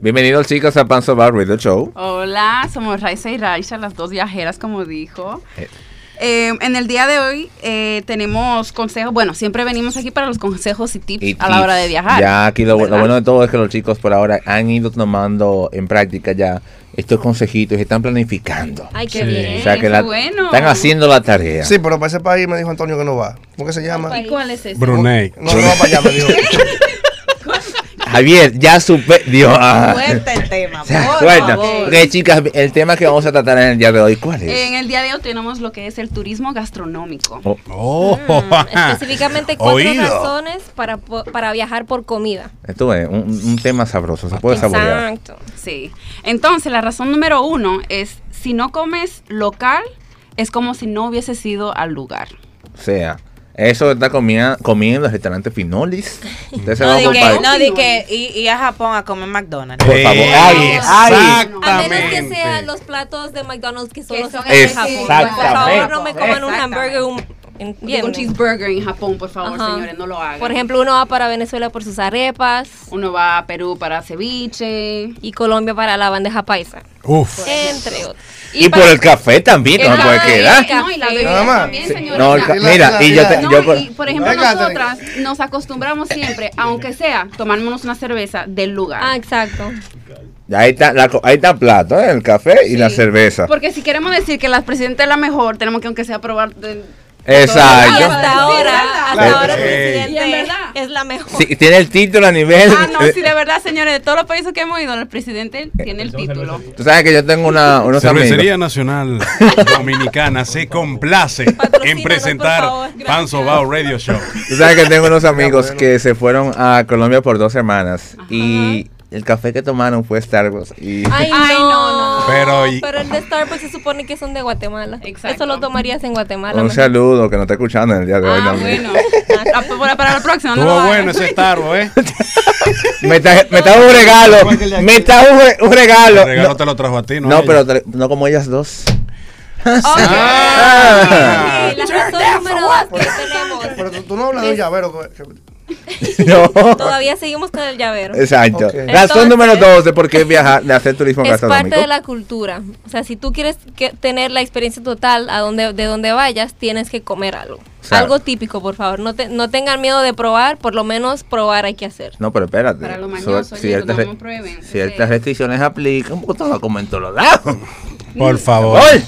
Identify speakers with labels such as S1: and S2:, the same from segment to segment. S1: Bienvenidos chicos a Panzo Bar Radio Show.
S2: Hola, somos Raiza y Raisha, las dos viajeras, como dijo. Eh, en el día de hoy eh, tenemos consejos. Bueno, siempre venimos aquí para los consejos y tips
S1: Y
S2: a la
S1: tips.
S2: hora de viajar.
S1: Ya aquí lo, bu- lo
S2: ¿verdad?
S1: bueno de todo es que los chicos por ahora han ido tomando en práctica ya estos consejitos y están planificando.
S3: Ay, Ah, qué
S4: Sí.
S3: bien.
S1: o sea que
S2: qué
S1: la-
S2: bueno.
S1: están haciendo la tarea.
S5: Sí, pero para ese país me dijo Antonio que no va. ¿Cómo que se llama?
S3: ¿Y cuál es ese?
S4: Brunei.
S5: No, no va para allá, me dijo.
S1: Javier, ya supe. Dios. ah.
S6: Suelta el tema,
S1: O sea,
S6: por
S1: suelta.
S6: favor.
S1: Ok, chicas, el tema que vamos a tratar en el día de hoy, ¿cuál es?
S2: En el día de hoy tenemos lo que es el turismo gastronómico.
S1: Oh,
S4: Oh,
S3: Mm, específicamente cuatro
S4: Oído.
S3: razones para, po- para viajar por comida.
S1: esto es un, un tema sabroso, se puede saborear.
S3: Exacto.
S2: Sí. Entonces, la razón número uno es si no comes local, es como si no hubieses ido al lugar.
S1: O sea, eso está comida, comiendo en los restaurantes Finolis. Ustedes se
S6: No,
S1: van
S6: di
S1: por
S6: que,
S1: país.
S6: no, di que y, y a Japón a comer McDonald's.
S1: Por favor. Ay, ay.
S3: A
S4: Exactamente.
S3: menos que sean los platos de McDonald's que son
S2: Que
S3: los
S2: son
S3: de
S1: así,
S3: Japón.
S1: Exactamente.
S3: Por favor, no me coman un
S6: Exactamente.
S3: hamburger. Un, ¿entiendes?
S2: Digo, un cheeseburger en Japón, por favor,
S3: Ajá.
S2: señores, no lo hagan.
S3: Por ejemplo, uno va para Venezuela por sus arepas
S2: uno va a Perú para ceviche.
S3: y Colombia para la bandeja paisa,
S4: uf.
S3: entre otros.
S1: Y por el café también, Pues que no
S3: El
S1: se puede
S3: café.
S1: quedar.
S2: No, y la bebida
S5: Nada más.
S2: también,
S1: Sí,
S2: señores.
S1: no, el
S2: O
S1: ca-
S2: sea,
S5: la-
S1: mira,
S5: la-
S1: y yo, te-
S2: no,
S1: yo con-
S2: y, por ejemplo,
S5: Ay, Catherine.
S2: nosotras nos acostumbramos siempre, aunque sea, tomármonos una cerveza del lugar.
S3: Ah, exacto.
S1: ahí está, la co- ahí está el plato, ¿eh? el café y la
S2: Sí.
S1: cerveza.
S2: Porque si queremos decir que la presidenta es la mejor, tenemos que aunque sea probar de-
S3: Y
S1: Exacto.
S3: hasta ahora,
S1: Claro.
S3: hasta ahora el
S4: Sí.
S2: Y en
S3: presidente
S2: verdad.
S3: es la mejor.
S1: Sí, tiene el título a nivel.
S2: Ah, no, sí, de verdad, señores, de todos los países que hemos ido, el presidente tiene el título.
S1: Tú sabes que yo tengo una, unos amigos.
S4: Cervecería Nacional Dominicana se complace en
S3: Patrocínanos, por
S4: presentar
S3: favor.
S4: Panzo Bao Radio Show.
S1: Tú sabes que tengo unos amigos que se fueron a Colombia por dos semanas y el café que tomaron fue Starbucks y
S3: Ay,
S2: Ay,
S3: no,
S2: no,
S3: no,
S4: no. Pero y-
S3: Pero el de Starbucks se supone que son de Guatemala.
S2: Exacto.
S3: Eso lo tomarías en Guatemala.
S1: un
S3: mejor.
S1: saludo que no está escuchando en el día de hoy.
S2: Ah,
S1: también.
S2: bueno. Ah, para, para la próxima, no lo
S4: Estuvo
S2: hagan.
S4: bueno ese Starbucks, ¿eh?
S1: Me está, me trajo un regalo, me trajo un, re- un regalo.
S4: El regalo
S1: No,
S4: te lo trajo a ti, ¿no?
S1: no,
S4: a ella.
S1: pero tra- no como ellas dos. Ah.
S4: Ah.
S3: Ok, La razón número dos que tenemos.
S5: Pero tú, tú no hablas de un llavero. co- que-
S1: No.
S3: Todavía seguimos con el llavero. Es
S1: Exacto.
S5: Ok.
S1: Razón
S3: Entonces-
S1: número dos de por qué viajar, de hacer turismo gastronómico.
S3: parte de la cultura. O sea, si tú quieres que- tener la experiencia total a donde, de donde vayas, tienes que comer algo.
S1: Claro.
S3: Algo típico, por favor. No, te- no tengan miedo de probar, por lo menos probar hay que hacer.
S1: No, pero espérate.
S2: Para los
S1: So-
S2: mañosos,
S1: ciertas,
S2: chicos,
S1: re-
S2: no prueben,
S1: ciertas
S2: ustedes.
S1: restricciones aplican porque todo lo comen en todos lados.
S3: Mm.
S4: Por favor.
S1: ¡Gol!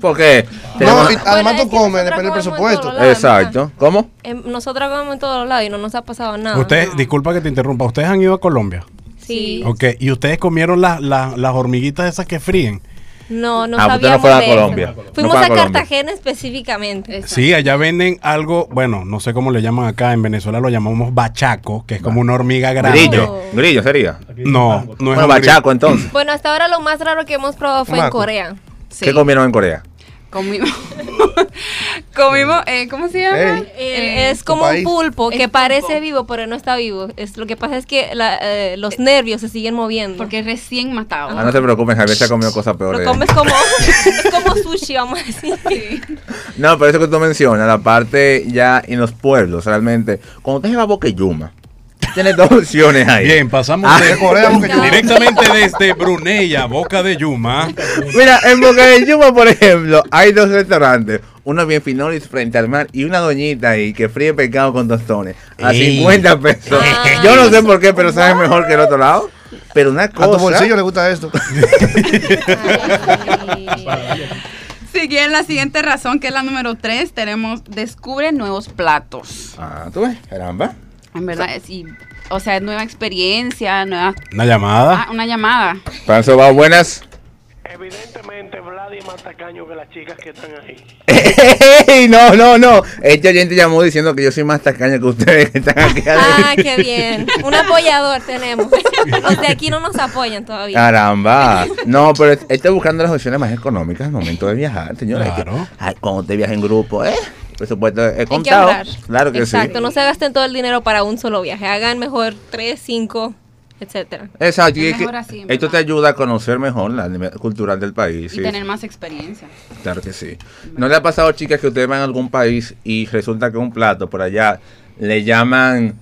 S1: Porque
S5: No,
S1: tenemos...
S5: y además
S3: Bueno, es
S5: tú
S3: que nosotros
S5: comes, depende del
S3: comemos en
S5: presupuesto.
S3: todos lados,
S1: Exacto. ¿Cómo?
S3: Eh, nosotros comemos en todos lados y no nos ha pasado nada.
S4: Ustedes, disculpa que te interrumpa, ¿ustedes han ido a Colombia?
S3: Sí.
S4: Ok, ¿y ustedes comieron las- las- las hormiguitas esas que fríen?
S3: No, no
S1: Ah, usted no
S3: sabíamos
S1: fue a
S3: de eso.
S1: Colombia. No
S3: Fuimos
S1: fue a
S3: a,
S1: Colombia.
S3: Cartagena específicamente.
S2: Exacto.
S4: Sí, allá venden algo, bueno, no sé cómo le llaman acá, en Venezuela lo llamamos bachaco, que es como una hormiga grande.
S1: Grillo. Grillo sería.
S5: Ah,
S4: No, no es
S1: Bueno,
S4: un grillo.
S1: bachaco entonces.
S3: Bueno, hasta ahora lo más raro que hemos probado fue en
S5: Maco.
S3: Corea.
S2: Sí.
S1: ¿Qué comieron en Corea?
S2: Comimos. comimos, eh, ¿cómo se llama?
S5: Ey.
S3: Eh,
S2: Eh,
S3: es como un
S5: país.
S3: pulpo que
S2: Es
S3: parece
S2: pulpo.
S3: vivo, pero no está vivo. Es, lo que pasa es que la- eh, los nervios se siguen moviendo.
S2: porque recién matado.
S1: Ah, no se preocupen, Javier se ha comido cosas peores.
S3: lo comes como, es como sushi, vamos a decir.
S1: No, pero eso que tú mencionas, la parte ya en los pueblos, realmente. Cuando usted se va a Boqueyuma, tienes dos opciones ahí.
S4: Bien, pasamos
S1: Ah,
S4: de-
S5: de Corea a Boca
S3: Yuma.
S4: directamente desde Brunei a Boca de Yuma.
S1: Mira, en Boqueyuma, por ejemplo, hay dos restaurantes. Uno bien finolis frente al mar y una doñita ahí que fríe pescado con tostones a
S4: Ey.
S1: 50 pesos.
S3: Ay.
S1: Yo no sé por qué, pero sabe mejor que el otro lado. Pero una
S5: A tu bolsillo
S1: cosa.
S5: le gusta esto.
S2: Siguiendo la siguiente razón, que es la número tres, tenemos descubre nuevos platos.
S1: Ah, tú ves, caramba.
S2: En verdad, es, y, o sea, es nueva experiencia, nueva,
S4: Una llamada.
S2: ah, una llamada.
S1: Panzo va buenas.
S7: Evidentemente, Vladi es más tacaño que las chicas que están ahí.
S1: Ey, no, no, no. Este oyente llamó diciendo que yo soy más tacaña que ustedes que están aquí.
S3: Ah, qué bien. Un apoyador tenemos. Los de aquí no nos apoyan
S1: Ah,
S3: todavía.
S1: Caramba. No, pero es- está buscando las opciones más económicas al momento de viajar, señores.
S4: Claro.
S1: Es que, ay, cuando usted viaja en grupo, ¿eh? Por supuesto, he
S3: Hay que
S1: contado.
S3: ahorrar.
S1: claro que
S3: Exacto,
S1: sí.
S3: no se gasten todo el dinero para un solo viaje. Hagan mejor tres, cinco, etcétera.
S1: Exacto. y
S2: Es
S1: es que
S2: mejor así, en
S1: esto te
S2: verdad.
S1: ayuda a conocer mejor la nivel cultural del país.
S2: Y
S1: sí,
S2: tener más experiencia.
S1: Claro que sí. ¿No le ha pasado, chicas, que ustedes van a algún país y resulta que un plato por allá le llaman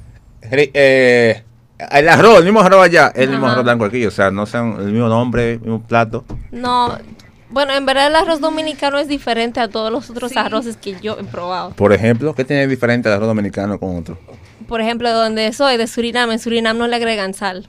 S1: ri- eh, El arroz, el mismo arroz allá, el mismo
S3: Ajá.
S1: arroz blanco aquí, o sea, no sean el mismo nombre, el mismo plato.
S3: No, bueno, en verdad el arroz dominicano es diferente a todos los otros
S2: Sí.
S3: arroces que yo he probado.
S1: Por ejemplo, ¿qué tiene diferente el arroz dominicano con otro?
S3: Por ejemplo, donde soy, de Surinam, en Surinam no le agregan sal.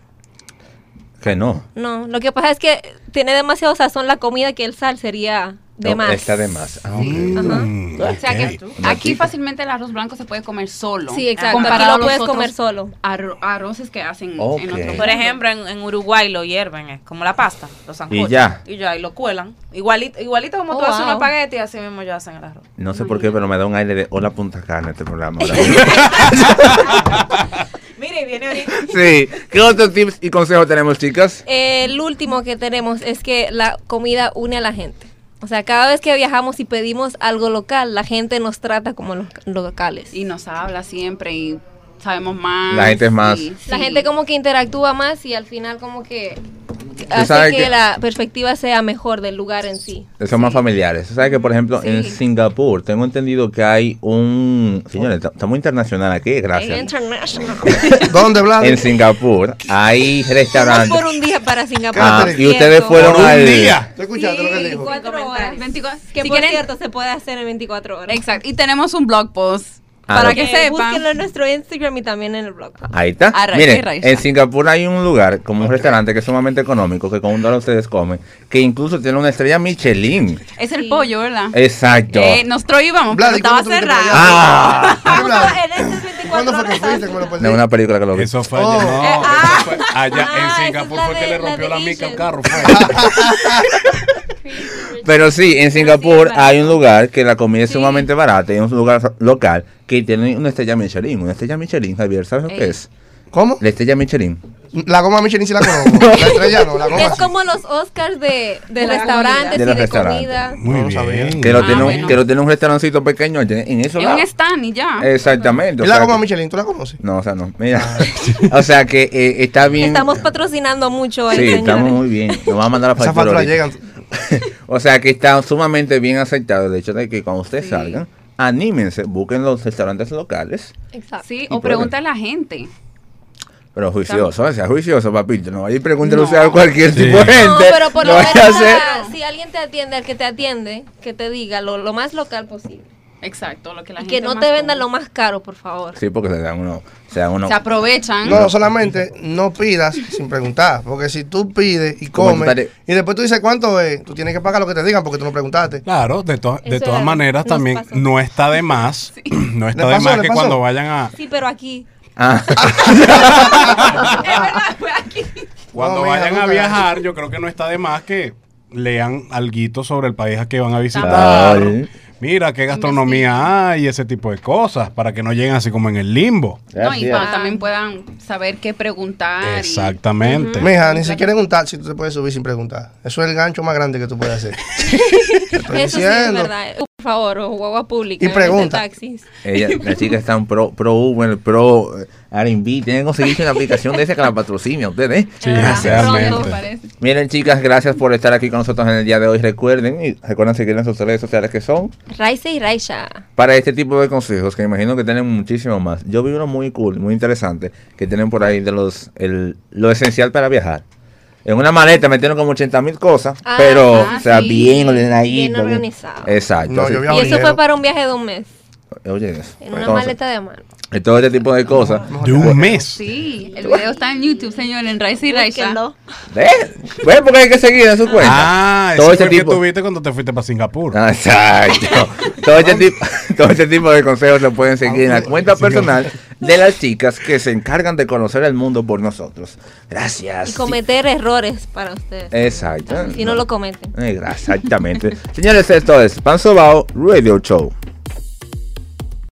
S1: Que no.
S3: No, lo que pasa es que tiene demasiado sazón la comida que el sal sería de
S1: No,
S3: más.
S1: Está de más. Ah, ok.
S3: Ajá.
S4: Mm,
S2: O sea que
S4: ok.
S2: aquí fácilmente el arroz blanco se puede comer solo.
S3: Sí, exacto.
S2: Comparado
S3: Aquí lo
S2: a los
S3: puedes comer
S2: otros
S3: solo.
S2: arro- arroces que hacen en
S1: Ok.
S2: otro
S6: Por ejemplo, en, en Uruguay lo hierven, eh, como la pasta, los sancochos.
S1: Y ya.
S6: Y ya, y lo cuelan. Igualito, igualito como
S3: Oh,
S6: tú haces
S3: wow.
S6: un espagueti, así mismo ellos hacen el arroz.
S1: No sé por qué, pero me da un aire de hola punta cana este programa. ahora.
S6: Mire, viene ahorita.
S1: sí. ¿Qué otros tips y consejos tenemos, chicas?
S3: El último que tenemos es que la comida une a la gente. O sea, cada vez que viajamos y pedimos algo local, la gente nos trata como los locales.
S2: Y nos habla siempre y sabemos más.
S1: La gente es más.
S2: y-
S3: La
S2: sí.
S3: gente como que interactúa más y al final como que
S1: sabes
S3: hace que,
S1: que-
S3: la perspectiva sea mejor del lugar en sí.
S1: Son más familiares. ¿Sabes que, por ejemplo, en
S3: Sí.
S1: Singapur tengo entendido que hay un... Señores,
S3: Oh.
S1: está- está muy internacional aquí,
S3: Es
S1: gracias.
S3: international.
S5: ¿Dónde, Vlad?
S1: En Singapur hay
S3: Vamos
S1: restaurantes.
S3: por un día para Singapur.
S1: Ah,
S3: por
S1: y ustedes
S3: cierto.
S1: fueron
S4: Por un
S1: al...
S4: día.
S5: ¿Tú escuchaste lo que él
S3: Sí,
S5: dijo?
S3: cuatro horas.
S2: 24
S3: Que
S2: si
S3: por
S2: quieren-
S3: cierto se puede hacer en 24 horas.
S2: Exacto. Y tenemos un blog post.
S1: Ah,
S2: para
S1: lo-
S2: que
S3: Eh,
S2: sepan.
S3: Búsquenlo en nuestro Instagram y también en el blog.
S1: Ahí está.
S2: Arraiza y
S1: Miren,
S2: raiza.
S1: en Singapur hay un lugar, como un restaurante que es sumamente económico, que con un dólar ustedes comen, que incluso tiene una estrella Michelin.
S2: Es el
S3: Sí.
S2: pollo, ¿verdad?
S1: Exacto.
S2: Eh, nosotros íbamos,
S5: Vlad,
S2: pero
S5: ¿y cómo
S2: estaba
S5: tuviste para
S2: cerrado.
S1: Ah,
S5: allá? Vlad,
S3: En estas 24
S5: ¿Cuándo fue que
S3: horas
S5: fuiste? que me lo perdí?
S1: de una película que lo vi.
S4: Eso fue
S5: Oh.
S4: allá. no,
S5: Eh,
S4: eso fue allá
S3: Ah, esa
S4: en
S3: es
S4: Singapur
S3: la
S4: fue que
S3: de-
S4: le
S3: la
S4: rompió
S3: de
S4: la mica al
S3: Asian.
S4: carro. Fue.
S1: Pero sí, en Singapur
S3: Sí, claro.
S1: hay un lugar que la comida es sumamente barata y es un lugar local que tiene una estrella Michelin. Una estrella Michelin, Javier, ¿sabes lo que
S2: Ey.
S1: es?
S5: ¿Cómo?
S1: La estrella Michelin.
S5: La goma Michelin sí la conozco. La estrella no, la goma
S3: Es
S5: sí.
S3: como los Oscars de, de
S2: De la
S1: comida.
S3: restaurantes
S1: De
S3: y
S1: los
S3: de
S1: restaurantes.
S3: comida.
S4: Muy
S5: No lo sabía.
S4: bien.
S1: Que lo,
S2: Ah,
S1: tiene, un-
S2: bueno.
S1: que lo tiene un restaurancito pequeño allá en eso.
S2: Es ah. un stand y ya.
S1: Eh, Exactamente. o
S5: ¿Y la
S1: sea
S5: goma
S1: que-
S5: Michelin? Ah, ¿Tú la conoces?
S1: No, o sea, no. Mira. o sea que eh, está bien.
S3: Estamos patrocinando mucho
S1: Sí,
S3: ahí,
S1: estamos
S3: señores.
S1: muy bien. Nos va a mandar la
S5: Esas
S1: factura.
S5: facturas
S1: ahorita.
S5: llegan.
S1: o sea que está sumamente bien aceptado el hecho de que cuando ustedes salgan, anímense, busquen los restaurantes locales,
S3: Exacto.
S2: Sí,
S1: Y
S2: o
S1: prueben.
S2: pregunta a la gente.
S1: pero juicioso, o sea, juicioso, papito. No vaya y pregúntale usted a
S2: No.
S1: cualquier
S4: Sí.
S1: tipo de gente.
S3: No, pero por lo
S1: vaya
S3: menos
S1: a hacer.
S3: ah, si alguien te atiende, al que te atiende, que te diga lo, lo más local posible.
S2: Exacto, lo que la
S3: Y
S2: gente
S3: que no
S2: más
S3: te
S2: come.
S3: vendan lo más caro, por favor.
S1: Sí, porque se dan uno, se dan uno.
S2: Se aprovechan.
S5: No, no, solamente no pidas sin preguntar. Porque si tú pides y
S1: Como tú
S5: comes
S1: estás-
S5: y después tú dices cuánto es, tú tienes que pagar lo que te digan porque tú no preguntaste.
S4: Claro, de, to- de
S3: Eso
S4: todas
S3: era-
S4: maneras
S3: nos
S4: también
S3: pasó.
S4: no está de más, no está
S5: ¿Le
S4: de
S5: pasó?
S4: más
S5: ¿Le
S4: que
S5: pasó?
S4: cuando vayan a
S3: Sí, pero aquí.
S1: Ah,
S2: Es verdad, fue aquí.
S4: cuando
S5: No, mija,
S4: vayan a
S5: nunca.
S4: viajar, yo creo que no está de más que lean alguito sobre el país a que van a visitar.
S1: Claro.
S4: Mira qué gastronomía hay, ese tipo de cosas, para que no lleguen así como en el limbo.
S2: No, y
S1: gracias.
S2: para también puedan saber qué preguntar. y-
S4: Exactamente.
S5: Mija, ni siquiera en un taxi tú te puedes subir sin preguntar. Eso es el gancho más grande que tú puedes hacer. Te estoy
S3: Eso sí es
S5: diciendo.
S3: verdad. Por favor, o guagua pública.
S5: Y
S3: en este vez de
S5: pregunta.
S3: taxis.
S1: Ella, la chica está en pro, pro Uber, pro eh, R&B. Tienen que conseguirse una aplicación de esa que la patrocine a ustedes. ¿eh?
S4: Sí,
S3: Ah,
S4: realmente.
S3: pronto,
S2: parece.
S1: Miren, chicas, gracias por estar aquí con nosotros en el día de hoy. Recuerden y recuerden seguir en sus redes sociales que son
S3: Raiza y Raisha.
S1: para este tipo de consejos que imagino que tienen muchísimo más. Yo vi uno muy cool, muy interesante que tienen por ahí de los el- lo esencial para viajar. En una maleta metieron como 80 mil cosas,
S3: Ah,
S1: pero
S2: ah,
S1: o sea,
S2: sí.
S1: bien ordenadito.
S3: Bien organizado.
S1: Exacto.
S5: No,
S1: así-
S5: yo vi a-
S3: Y eso
S5: Caballero.
S3: fue para un viaje de un mes.
S1: Oye,
S3: En una
S1: entonces,
S3: maleta de mano.
S1: y todo este tipo de cosas.
S4: De un mes.
S2: Sí, el video está en YouTube, señor, en Raiza y Raiza.
S3: Búsquenlo.
S1: ¿Ves? ¿Ves? Porque hay que seguir en su cuenta.
S4: Ah,
S1: Todo
S4: ese
S1: este
S4: fue el que
S1: tipo-
S4: tuviste cuando te fuiste para Singapur.
S1: Ah, Exacto. todo, este tipo, todo este tipo de consejos lo pueden seguir en la cuenta personal de las chicas que se encargan de conocer el mundo por nosotros. Gracias.
S3: Y cometer errores para ustedes.
S1: Exacto.
S3: Si no lo cometen.
S1: Eh, Exactamente. Señores, esto es Pan Sobao Radio Show.